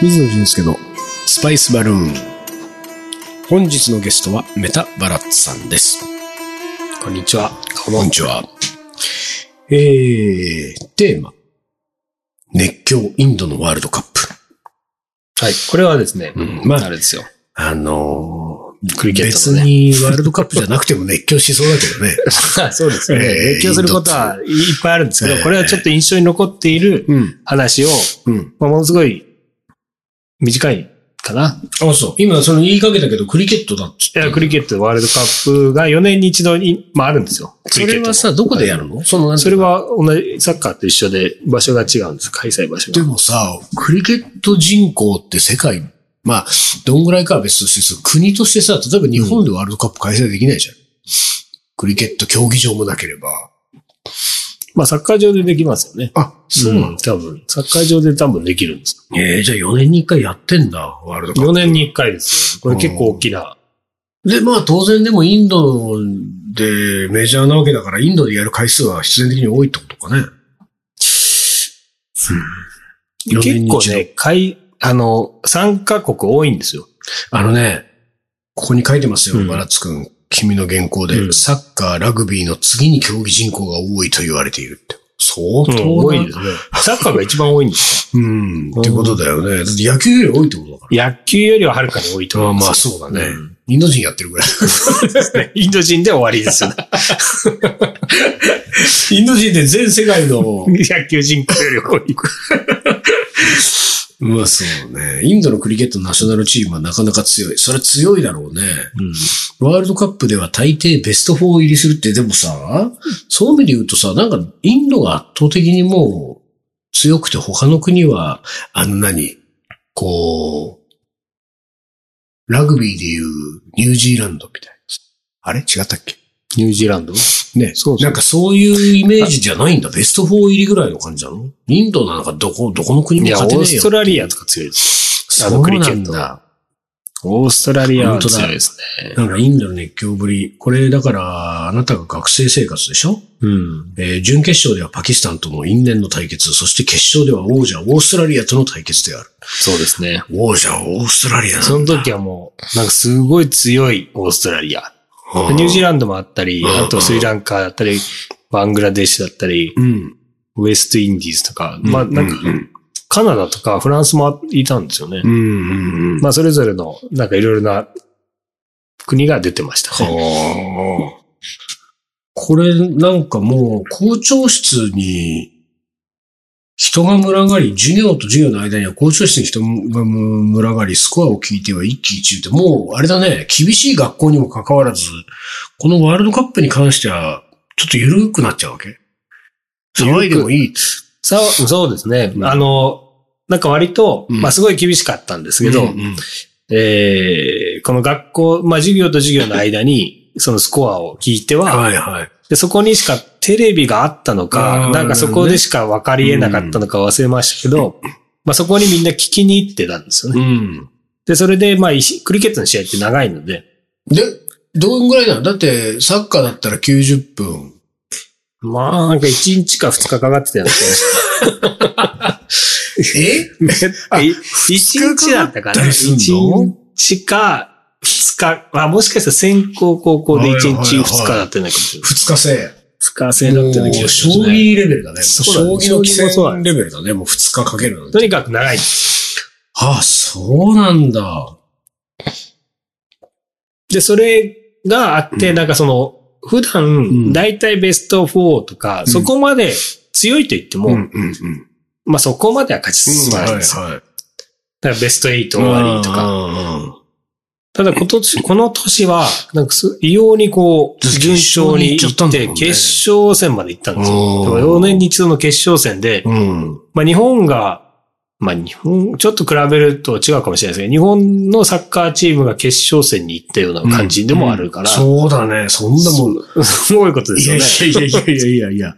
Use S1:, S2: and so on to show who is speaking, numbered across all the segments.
S1: 水野俊介のスパイスバルーン。本日のゲストはメタバラッツさんです。
S2: こんにちは。
S1: こんにちは。えー、テーマ。熱狂インドのワールドカップ。
S2: はい。これはですね、
S1: うんまあ
S2: あれですよ。
S1: あのー
S2: クリケット
S1: 別
S2: のね
S1: にワールドカップじゃなくても熱狂しそうだけどね。
S2: そうですね。
S1: ええ
S2: 影響することはいいっぱいあるんですけ
S1: ええ
S2: ど、これはちょっと印象に残っている
S1: うん。
S2: 話を、
S1: うん。
S2: まあ、ものすごい短いかな。
S1: あ、そう。今その言いかけたけど、クリケットだっつっ
S2: い
S1: て
S2: やクリケットワールドカップが4年に一度に、まああるんですよ。
S1: それはさ、どこでやるのその、
S2: それは同じサッカーと一緒で場所が違うんです。開催場所
S1: で
S2: が。
S1: もさ、クリケット人口って世界、まあ、どんぐらいかは別としてさ、国としてさ、例えば日本でワールドカップ開催できないじゃん。クリケット競技場もなければ。
S2: まあサッカー場でできますよね。
S1: あ、
S2: ん多分。サッカー場で多分できるんです。
S1: ええじゃあ4年に1回やってんだ、ワールドカッ
S2: 4年に1回ですよ。これ結構大きな。
S1: プ。で、まあ当然でもインドでメジャーなわけだから、インドでやる回数は必然的に多いってことかね。4年
S2: 結
S1: に
S2: 構
S1: 一度
S2: ね、会、あの、参加国多いんですよ。
S1: あのね、ここに書いてますよ、
S2: うん
S1: バラッツ君。君の原稿で、
S2: うん
S1: サッカー、ラグビーの次に競技人口が多いと言われているって。相当
S2: うん
S1: な、
S2: 多いですね。サッカーが一番多いんです
S1: うん。ってことだよね。だって野球より多いってことだか
S2: よ。野球よりははるかに多いと
S1: ら。
S2: 思います。
S1: まあそうだね。
S2: うん
S1: インド人やってるぐらい。
S2: インド人で終わりです よね。
S1: インド人で全世界の。
S2: 野球人口より多い。
S1: まあそうね。インドのクリケットナショナルチームはなかなか強い。それは強いだろうね。ワールドカップでは大抵ベスト4入りするって、でもさ、そういう意味で言うとさ、なんかインドが圧倒的にもう強くて他の国はあんなに、こう、ラグビーで言うニュージーランドみたいな。あれ違ったっけ
S2: ニュージーランド
S1: ね。
S2: そうそう
S1: なんかそういうイメージじゃないんだ。ベスト4入りぐらいの感じなのインドなんかどこ、どこの国
S2: い
S1: も
S2: や、オ
S1: 勝てね
S2: ー
S1: えよ
S2: スト。ラリアとか強いです。
S1: そ
S2: あ
S1: う
S2: のクリ
S1: な
S2: ケ
S1: ん
S2: ット
S1: だ。
S2: オーストラリアは
S1: 本当だ
S2: 強いですね。
S1: なんかインドの熱狂ぶり。これだから、あなたが学生生活でしょ
S2: うん。
S1: えー準決勝ではパキスタンとの因縁の対決、そして決勝では王者オーストラリアとの対決である。
S2: そうですね。
S1: 王者オーストラリア
S2: その時はもう、なんかすごい強いオーストラリア。
S1: は
S2: ニュージーランドもあったり、
S1: うん
S2: あとスリランカだったり、バングラデシュだったり、
S1: うん。
S2: ウェストインディーズとか、まあ
S1: うん
S2: なんか、カナダとかフランスもいたんですよね。
S1: うんうんうん。
S2: まあそれぞれの、なんかいろいろな国が出てましたね。
S1: はあこれなんかもう校長室に人が群がり、授業と授業の間には校長室に人が群がり、スコアを聞いては一喜一憂って、もうあれだね、厳しい学校にもかかわらず、このワールドカップに関してはちょっと緩くなっちゃうわけ。騒いでもいい。
S2: そうそうですね
S1: う。ん
S2: あの、なんか割と、
S1: うん
S2: まあすごい厳しかったんですけど、
S1: うんうん
S2: えーこの学校、まあ授業と授業の間に、そのスコアを聞いては、
S1: はいはい。
S2: でそこにしかテレビがあったの
S1: あ
S2: か
S1: ー、
S2: なんかそこでしか分かり得なかったのか忘れましたけど、まあそこにみんな聞きに行ってたんですよね。
S1: うん。
S2: で、それで、まあ、いしクリケットの試合って長いので、
S1: で、どんぐらいなのだって、サッカーだったら90分。
S2: まあ、なんか1日か2日かかってたよ ね。
S1: え
S2: い一日だった
S1: 二日かか
S2: か
S1: った
S2: な
S1: りすんの
S2: 一日か二日。まあ、もしかしたら先行高校で一日二日だったようなかもしれない。
S1: 二日制。
S2: 二日制だったような気がします
S1: もう将
S2: ね。
S1: 棋レベルだね。
S2: そうだね
S1: 将棋の規
S2: 将棋もそうだ
S1: 制
S2: ね
S1: レベルだね。もう2日かけるなんて
S2: とにかく長いんです。
S1: ああ、そうなんだ。
S2: で、それがあって、
S1: うん
S2: なんかその、普
S1: ん
S2: 段、だいたいベスト4とか、
S1: ん
S2: そこまで強いと言っても、
S1: うん、うん。
S2: まあそこまでは勝ち進まないんですよ。
S1: はい。
S2: だからベスト8終わりとか。
S1: か。
S2: ただ今年、この年は、なんかす異様にこう、
S1: 決
S2: 順調
S1: 勝に
S2: に
S1: 行っちゃ
S2: 行
S1: っ
S2: った
S1: んだもん
S2: て
S1: ね、
S2: 決勝戦まで行ったんですよ。だから4年に一度の決勝戦で、
S1: うん。
S2: まあ日本が、まあ日本、ちょっと比べると違うかもしれないですけど、日本のサッカーチームが決勝戦に行ったような感じでもあるから、
S1: そうだね。そんなもん。
S2: すごいことで
S1: い
S2: す
S1: や
S2: よ
S1: い
S2: ね。
S1: やいやいやいやいや。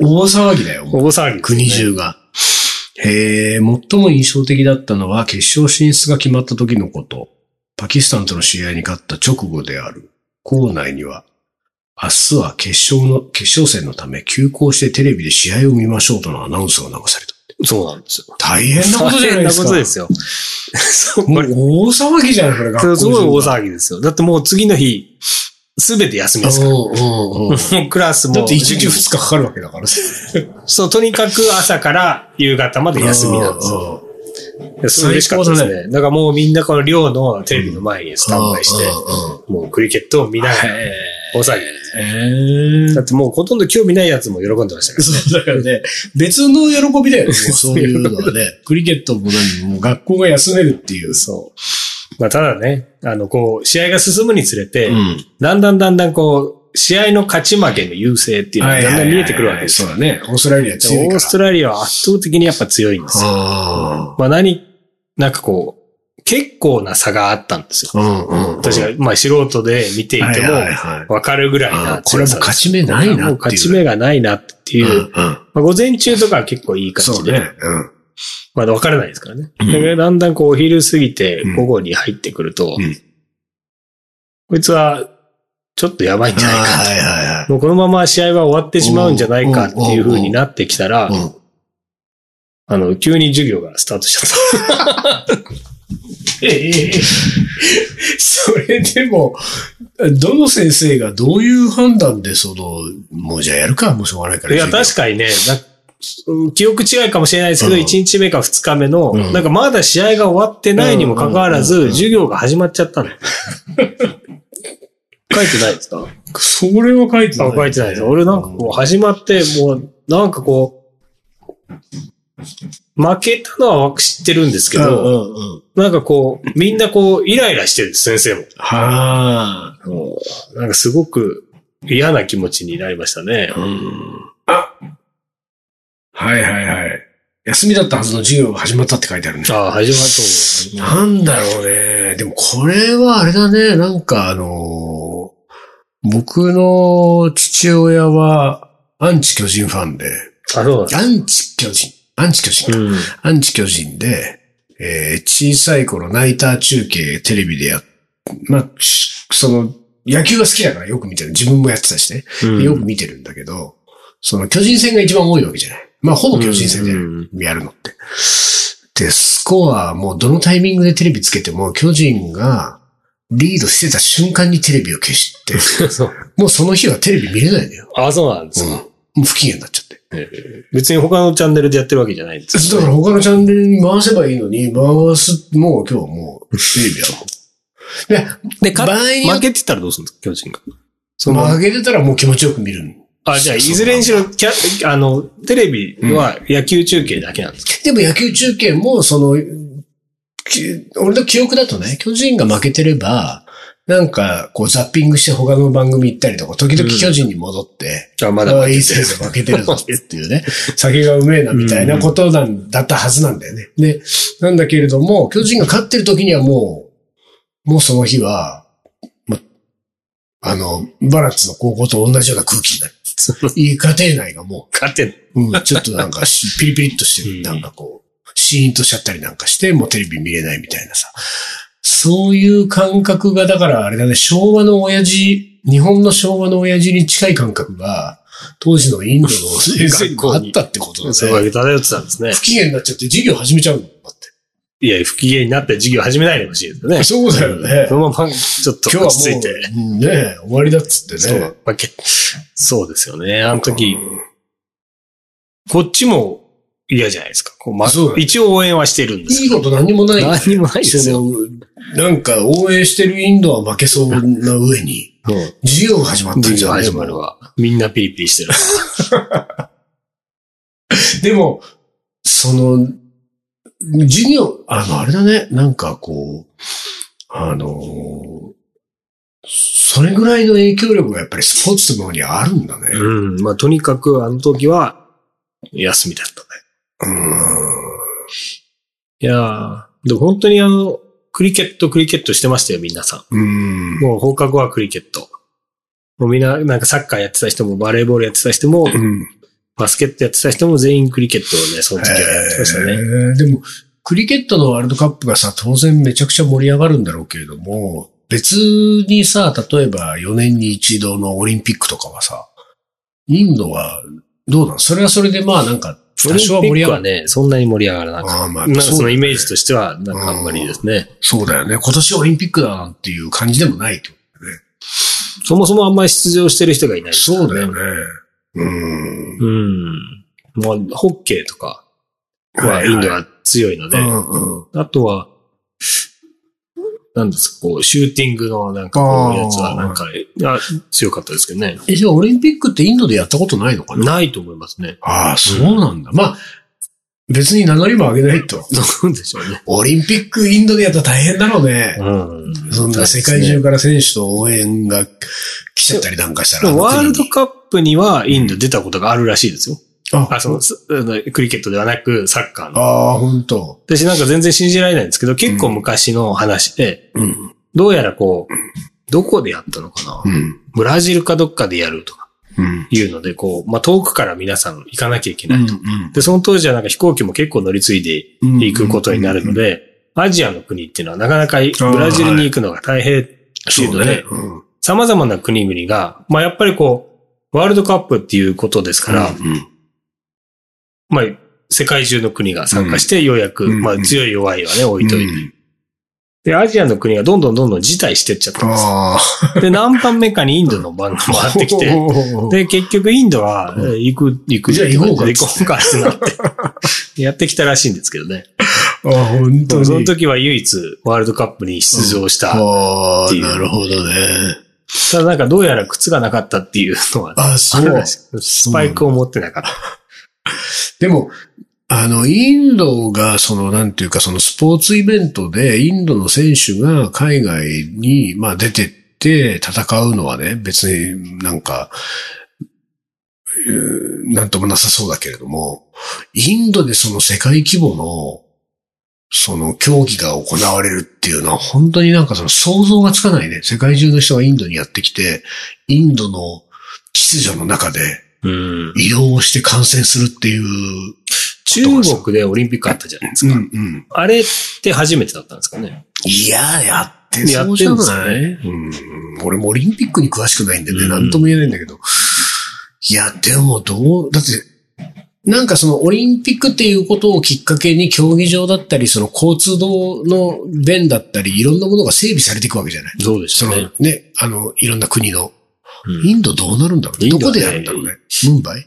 S1: 大騒ぎだよ。
S2: 大騒ぎですよね
S1: 国中が。へえ、最も印象的だったのは決勝進出が決まった時のこと。パキスタンとの試合に勝った直後である。校内には、明日は決勝の、決勝戦のため休校してテレビで試合を見ましょうとのアナウンスが流された。
S2: そうなんですよ。
S1: 大変なことじゃないですか。
S2: 大変なことですよ。そう
S1: もう大騒ぎじゃないこれ、
S2: そ
S1: 学
S2: れ
S1: 校
S2: すごい大騒ぎですよ。だってもう次の日、すべて休みですから。
S1: うんう んうん。
S2: もうクラスも。
S1: だって1日2日かかるわけだ から。
S2: そう、とにかく朝から夕方まで休みなんですよ。
S1: よ。
S2: それ嬉しかったです
S1: 最高
S2: ね。だからもうみんなこの寮のテレビの前にスタンバイして、もうクリケットを見ながら、大騒ぎです。
S1: ええ
S2: だってもうほとんど興味ないやつも喜んでましたから。
S1: そうだからね、別の喜びだよね、もうそういうのはね。クリケットも何も学校が休めるっていう。
S2: そう。まあただね、あの、こう、試合が進むにつれて、
S1: ん。
S2: だんだんだんだんこう、試合の勝ち負けの優勢っていうのがだんだん見えてくるわけです
S1: そう
S2: よ。
S1: だね。オーストラリア強い
S2: で
S1: か
S2: オ
S1: ら。
S2: ーストラリアは圧倒的にやっぱ強いんですよ。
S1: あ
S2: まあ何、なんかこう、結構な差があったんですよ。
S1: あ。うんうん。
S2: 私が、まあ素人で見てい
S1: はい
S2: て
S1: はい
S2: も、
S1: はい
S2: わかるぐらい
S1: あ
S2: な
S1: ーこれ
S2: 強
S1: も
S2: さ
S1: 勝ち目ないなっていう。
S2: もう勝ち目がないなっていう。
S1: うんうん。
S2: まあ、午前中とかは結構いい感
S1: そ
S2: じ
S1: う
S2: で。
S1: ね。うん。
S2: まだわからないですからね。
S1: うん
S2: でだんだんこう、お昼過ぎて
S1: うん、
S2: 午後に入ってくると、
S1: うん
S2: こいつは、ちょっとやばいんじゃないか。
S1: はいはいはい。
S2: もうこのまま試合は終わってしまうんじゃないかっていう風になってきたら、
S1: うん
S2: あの、急に授業がスタートしちゃった。ええ
S1: それでも、どの先生がどういう判断で、その、もうじゃあやるか、もうしょうがないから。
S2: いや、
S1: 授業
S2: 確かにね、なうん記憶違いかもしれないですけど、
S1: うん
S2: 1日目か2日目の、
S1: うん
S2: なんかまだ試合が終わってないにもかかわら
S1: うんうんうん
S2: ず、
S1: うん
S2: 授業が始まっちゃった の。書いてないですかあ、
S1: それは書いてない。
S2: 書いてないです。俺なんかこう、始まって、もう、なんかこう、負けたのは知ってるんですけ
S1: うんうん
S2: ど、
S1: うん。
S2: なんかこう、みんなこう、イライラしてるんです、先生も。
S1: はあ。
S2: なんかすごく嫌な気持ちになりましたね。
S1: うん。あはいはいはい。休みだったはずの授業が始まったって書いてあるね。
S2: ああ、始まったと思う。
S1: なんだろうね。でもこれはあれだね。なんかあのー僕の父親はアンチ巨人ファンで、
S2: あ、そうなんだ。
S1: アンチ巨人、アンチ巨人か
S2: うん。
S1: アンチ巨人で、えー小さい頃ナイター中継テレビでやっ、まあ、しその、野球が好きだからよく見てる。自分もやってたしね。
S2: うん
S1: よく見てるんだけど、その巨人戦が一番多いわけじゃない。まあ、ほぼ巨人戦で
S2: うん
S1: やるのって。で、スコアもうどのタイミングでテレビつけても、巨人がリードしてた瞬間にテレビを消 して、
S2: そう
S1: もうその日はテレビ見れないのよ。
S2: あ、そうなんですか。
S1: もう不機嫌になっちゃって。
S2: 別に他のチャンネルでやってるわけじゃないんです
S1: だから他のチャンネルに回せばいいのに、回す、もう今日はもう、テレビはもう。で、
S2: で、か
S1: 場合によ
S2: 負
S1: って
S2: けてたらどうするんですか、巨人が。その、
S1: 負けてたらもう気持ちよく見る。
S2: あ、じゃあ、いずれにしろ、キャ、あの、テレビは野球中継だけなんですか、
S1: でも野球中継も、その、き俺の記憶だとね、巨人が負けてれば、なんか、こう、ザッピングして他の番組行ったりとか、時々巨人に戻って、
S2: あ、ま
S1: ああ、いい先生負けてるぞって いうね、酒がうめえなみたいなことなんだったはずなんだよね。で、なんだけれども、巨人が勝ってる時にはもう、もうその日は、ま、あの、バラッツの高校と同じような空気になる。いい家庭内がも
S2: 勝ってん
S1: う、うん、ちょっとなんかし、ピリピリっとして
S2: う
S1: る。
S2: ん
S1: なんかこう、シーンとしちゃったりなんかして、もうテレビ見れないみたいなさ。そういう感覚が、だからあれだね、昭和の親父、日本の昭和の親父に近い感覚が、当時のインドの先生にもあったってことだ
S2: の。
S1: ね。
S2: そこが漂ってたんですね。
S1: 不機嫌になっちゃって授業始めちゃうのだっ
S2: いや、不機嫌になって授業始めないでほしいですよね
S1: て。。そうだよね
S2: そ。のまま、ちょっと
S1: 今日はもう、
S2: 落ち着いて。
S1: うんね終わりだっつって
S2: そう
S1: ね。
S2: 負けそうですよね。あの時
S1: う、ん
S2: こっちも嫌じゃないですか。こうま
S1: そうだね
S2: 一応応援はしてるんです
S1: いいこと何もない。
S2: 何にもないですよ。
S1: そのなんか応援してるインドは負けそうな上に、授業が始まったん
S2: 授
S1: じ
S2: 業
S1: ゃない
S2: 始まるわ。みんなピリピリしてる。
S1: でも、その、授業、あの、あれだね、なんかこう、あのー、それぐらいの影響力がやっぱりスポーツの方にあるんだね。
S2: うん。まあ、とにかく、あの時は、休みだったね。
S1: う
S2: いやーでも本当にあの、クリケット、クリケットしてましたよ、皆さ
S1: ーん。
S2: ん。もう放課後はクリケット。もうみんな、なんかサッカーやってた人も、バレーボールやってた人も、
S1: うん。
S2: バスケットやってた人も全員クリケットをね、その時はやってましたね。
S1: へーでも、クリケットのワールドカップがさ、当然めちゃくちゃ盛り上がるんだろうけれども、別にさ、例えば4年に一度のオリンピックとかはさ、インドはどうなのそれはそれでまあなんか
S2: オリンピックはね、そんなに盛り上がらなく
S1: ああ、まあ、
S2: なんか
S1: そう
S2: そのイメージとしては、なんかあんまりですね。
S1: そうだよね。今年オリンピックだなっていう感じでもないと。
S2: そもそもあんまり出場してる人がいない。
S1: そうだよ。ね。うん。
S2: うん。まあ、ホッケーとか
S1: は
S2: はインド
S1: は
S2: が強いので、
S1: うんうん。
S2: あとは、なんですか、こう、シューティングのなんかこういうやつはなんか、あ強かったですけどね。
S1: え、じゃあオリンピックってインドでやったことないのかな
S2: ないと思いますね。
S1: ああ、そうなんだ。まあ、別に名乗りも上げないと。
S2: そうでしょうね。
S1: オリンピックインドでやったら大変だろうね。
S2: うん。
S1: そんな世界中から選手と応援が来ちゃったりなんかした
S2: で
S1: ら。
S2: もワールドカップにはインド出たことがあるらしいですよ。
S1: あ
S2: あ、その、すあのクリケットではなくサッカーの。
S1: ああ、本当。
S2: 私なんか全然信じられないんですけど、結構昔の話で、
S1: うん。
S2: どうやらこう、どこでやったのかな
S1: うん。
S2: ブラジルかどっかでやるとか
S1: うん。
S2: いうので、こう、まあ、遠くから皆さん行かなきゃいけ
S1: う
S2: ない。で、その当時はなんか飛行機も結構乗り継いで
S1: ん。
S2: 行くことになるので、アジアの国っていうのはなかなかブラジルに行くのが大変っていう
S1: そ
S2: の
S1: う
S2: で、
S1: ね。うん。
S2: 様々な国々が、まあやっぱりこう、ワールドカップっていうことですから、
S1: うん。
S2: まあ世界中の国が参加してようやく、
S1: うん
S2: まあ強い弱いはね、置いといて。で、アジアの国がどんどんどんどん辞退してっちゃったんです
S1: ああ。
S2: よ。で、何番目かにインドの番が回ってきて、
S1: て。
S2: で、結局インドは、えー行く、行く。
S1: じゃあ行こうかっ
S2: 行
S1: つ
S2: こうかってな って、やってきたらしいんですけどね。
S1: ああ、本当
S2: そ
S1: に。
S2: の時は唯一ワールドカップに出場した。
S1: あ
S2: っ
S1: あ、
S2: ていう
S1: なるほどね。
S2: ただなんかどうやら靴がなかったっていうのは、
S1: あそ
S2: ある
S1: う
S2: ら。しくスパイクを持ってなかった。
S1: でも、あの、インドが、その、なんていうか、そのスポーツイベントで、インドの選手が海外に、まあ出てって戦うのはね、別になんか、うーなんともなさそうだけれども、インドでその世界規模の、その競技が行われるっていうのは、本当になんかその想像がつかないね。世界中の人がインドにやってきて、インドの秩序の中で
S2: うん
S1: 移動をして観戦するっていう
S2: 中国でオリンピックあったじゃないです
S1: う
S2: か。
S1: んうん。
S2: あれって初めてだったんですかね。
S1: いやー、やって
S2: や
S1: そ
S2: っ
S1: う
S2: て
S1: じ
S2: る
S1: ゃ
S2: んですよ
S1: ない、うん、俺もオリンピックに詳しくないんで
S2: う
S1: ね、
S2: ん
S1: なんとも言えないんだけど。いや、でもどう、だって、なんかそのオリンピックっていうことをきっかけに競技場だったり、その交通道の便だったり、いろんなものが整備されていくわけじゃない
S2: そうでし
S1: そ
S2: た
S1: の
S2: ね。
S1: ね、あの、いろんな国の。
S2: うん
S1: インドどうなるんだろうね。
S2: イ
S1: ど
S2: ンドは
S1: こ
S2: ね
S1: でやるんだろうね。ムンバイ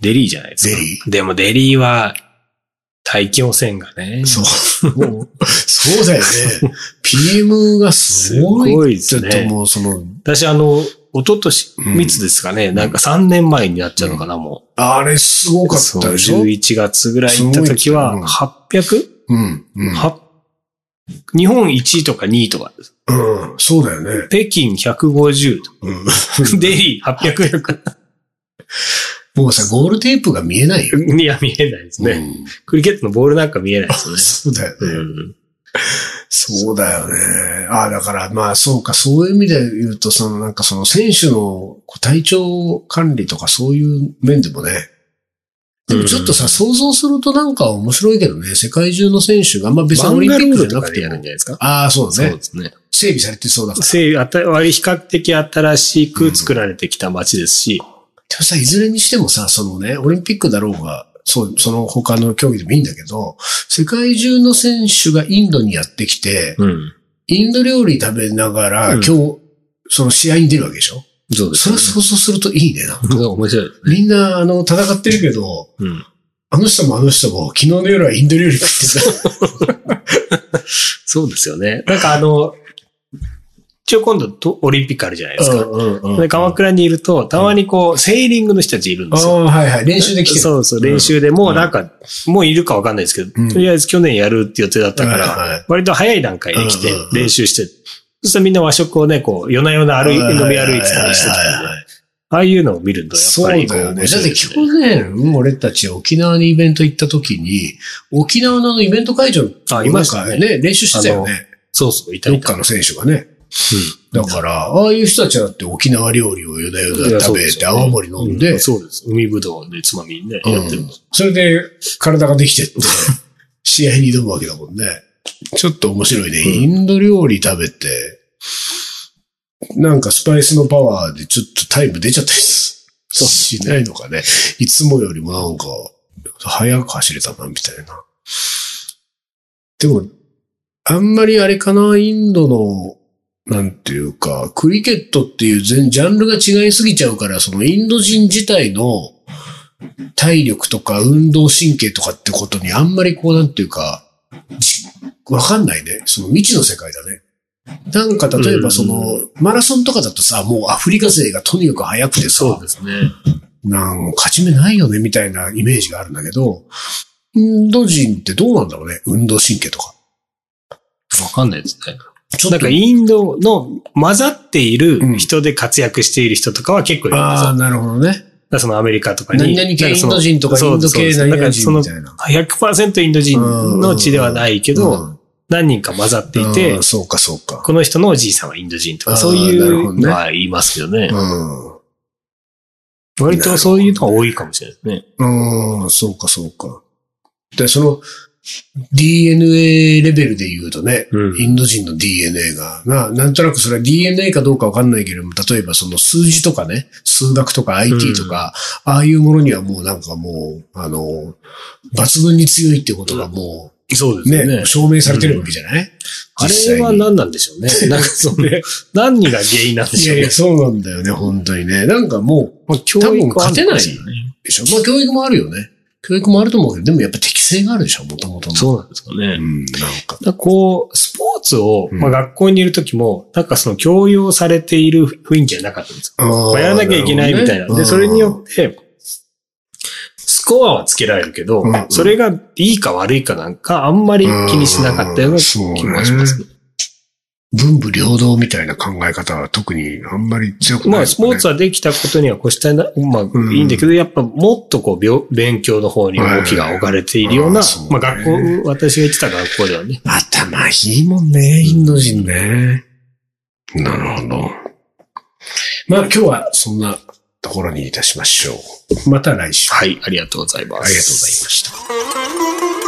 S2: デリーじゃないですか。
S1: デリ
S2: でもデリーは、大気汚染がね。
S1: そう。
S2: う。
S1: そう だよね。PM がすご
S2: すごい
S1: い
S2: で
S1: っ
S2: す
S1: て、
S2: ね
S1: ちょっともうその、
S2: 私あの、一昨年、
S1: うん
S2: 密ですかね。なんか3年前になっちゃうのかな、も
S1: あれすご
S2: う。
S1: かったでし
S2: そう
S1: ょ
S2: 11月ぐらい行った時は
S1: すごいで、
S2: 800?
S1: うん。うん。
S2: は日本1位とか2位とかです。
S1: うん。そうだよね。
S2: 北京150とか。
S1: うん。
S2: デリー800とか。
S1: もうさ、ゴールテープが見えないよ。
S2: いや、見えないですね。
S1: うん
S2: クリケットのボールなんか見えないですよね。
S1: そうだよね。
S2: うん
S1: そうだよね。ああ、だから、まあそうか、そういう意味で言うと、そのなんかその選手のこう体調管理とかそういう面でもね。でもちょっとさ、想像するとなんか面白いけどね、世界中の選手が、まあ別にオリンピックじゃなくて
S2: バンガロールとかでやるん
S1: も。
S2: じゃないですか。
S1: ああ、そう
S2: そ
S1: だ
S2: う
S1: ね。
S2: ですね。
S1: 整備されてそうだから。
S2: せい、あた、割り比較的新しく作られてきた街ですし、
S1: でもさ、いずれにしてもさ、そのね、オリンピックだろうが、そう、その他の競技でもいいんだけど、世界中の選手がインドにやってきて、
S2: うん。
S1: インド料理食べながら、
S2: うん
S1: 今日、その試合に出るわけでしょ
S2: そう
S1: そ
S2: ですね
S1: れ想像するといいねな。
S2: うん面白いですね。
S1: みんな、あの、戦ってるけど、
S2: うん。
S1: あの人もあの人も、昨日の夜はインド料理食ってた。
S2: そうですよね。なんかあの、一応今度とオリンピックあるじゃないですか。
S1: うん
S2: で、鎌倉にいると、たまにこう、セーリングの人たちいるんで
S1: あ
S2: すよ。
S1: あ、はいはい。練習できてる。
S2: そうそう、練習でも
S1: う
S2: うんなんか、もういるかわかんないですけど、
S1: うん
S2: とりあえず去年やるって予定だったか
S1: は
S2: ら、
S1: いはい
S2: 割と早い段階で来て
S1: うんうんうん
S2: 練習して、そしたらみんな和食をね、こう、夜な夜な歩い、飲み歩いてたりして
S1: はいは
S2: たん
S1: い
S2: で
S1: はい、
S2: ああいうのを見るとやっ
S1: そう
S2: ぱ
S1: だ
S2: りこう、
S1: よね。
S2: 面
S1: だ
S2: 白
S1: っ
S2: い
S1: て
S2: です
S1: 去年、俺たち沖縄にイベント行った時に、沖縄のあのイベント会場、
S2: あいましたね
S1: なんかね、練習してたよね。
S2: そうそう、いた
S1: ど
S2: い
S1: っか
S2: た。
S1: の選手がね。
S2: う
S1: だ
S2: ん
S1: から、ああいう人たちだって沖縄料理を夜な夜な食べて、泡盛飲ん
S2: う
S1: で、
S2: そうです。海ぶどうでつまみにね、
S1: うん
S2: やってる。
S1: それで体ができて って、試合に挑むわけだもんね。ちょっと面白いね。
S2: うん
S1: インド料理食べて、なんかスパイスのパワーでちょっとタイム出ちゃったりす
S2: そう
S1: しないのかね。いつもよりもなんか、速く走れたな、みたいな。でも、あんまりあれかな、インドの、なんていうか、クリケットっていう全ジャンルが違いすぎちゃうから、そのインド人自体の体力とか運動神経とかってことにあんまりこう、なんていうか、じわかんないね。その未知の世界だね。なんか、例えばその、マラソンとかだとさ、もうアフリカ勢がとにかく速くてさ、
S2: ですね。
S1: なん勝ち目ないよね、みたいなイメージがあるんだけど、インド人ってどうなんだろうね、運動神経とか。
S2: わかんないですね。
S1: ちょっ
S2: なん
S1: と
S2: か、インドの混ざっている人で活躍している人とかは結構いるんですよ。
S1: ああ、
S2: だか
S1: なるほどね。
S2: らそのアメリカとかに。
S1: 何々系インド人とかインド系何々人みたいな。
S2: なんかその100%インド人の血ではないけ
S1: う
S2: ど、
S1: ん
S2: 何人か混ざっていて
S1: うん、そうか、そうか。
S2: この人のおじいさんはインド人と
S1: あー
S2: か、そうい
S1: なるほど
S2: う
S1: ね
S2: のは言いますよね
S1: う。ん。
S2: 割とそういうのは多いかもしれないですね。
S1: うん、そうか、そうか。で、その、DNA レベルで言うとね、
S2: うん
S1: インド人の DNA が、な、なんとなくそれは DNA かどうかわかんないけれども、例えばその数字とかね、数学とか IT とか、ああいうものにはもうなんかもう、あの、抜群に強いってことがも
S2: そう
S1: う、ね、証明されてるわけじゃない、
S2: あ
S1: 実際
S2: れ
S1: に
S2: は何なんでしょうね。 なんかその、何が原因なんで
S1: い
S2: し
S1: や
S2: ょう
S1: い
S2: ね
S1: や、。そうなんだよね、本当にね。なんかも
S2: まあ教
S1: 多分
S2: はあ
S1: 勝て
S2: る
S1: ない
S2: んですよね。
S1: う、でしょまあ教育もあるよね。教育もあると思うけど、でもやっぱ適性があるでしょ、もともとの。
S2: そうなんですかね。
S1: うん、なんか。
S2: だからこう、スポーツを、
S1: うん
S2: まあ、学校にいるときも、なんかその教養されている雰囲気はなかったんですよ。
S1: あ
S2: まあ、やらなきゃいけないみたいな。で、それによ
S1: って。
S2: って、スコアはつけられるけど、
S1: うん
S2: それがいいか悪いかなんか、あんまり気にしなかったような気
S1: うんそうね
S2: もします、ね。
S1: 文武両道みたいな考え方は特にあんまり強くない、
S2: まあ、スポーツ
S1: は、
S2: はできたことには越したいな、まあ、
S1: ん
S2: いいんだけど、やっぱもっとこう、病勉強の方に動きが置かれているよう
S1: うん
S2: な
S1: そうね、
S2: まあ、学校、私が行ってた学校ではね、
S1: 頭いいもんね、インド人ね。なるほど。まあ今日はそんなところにいたしましょう。また来週。
S2: はい、ありがとうございます。
S1: ありがとうございました。
S3: Thank you.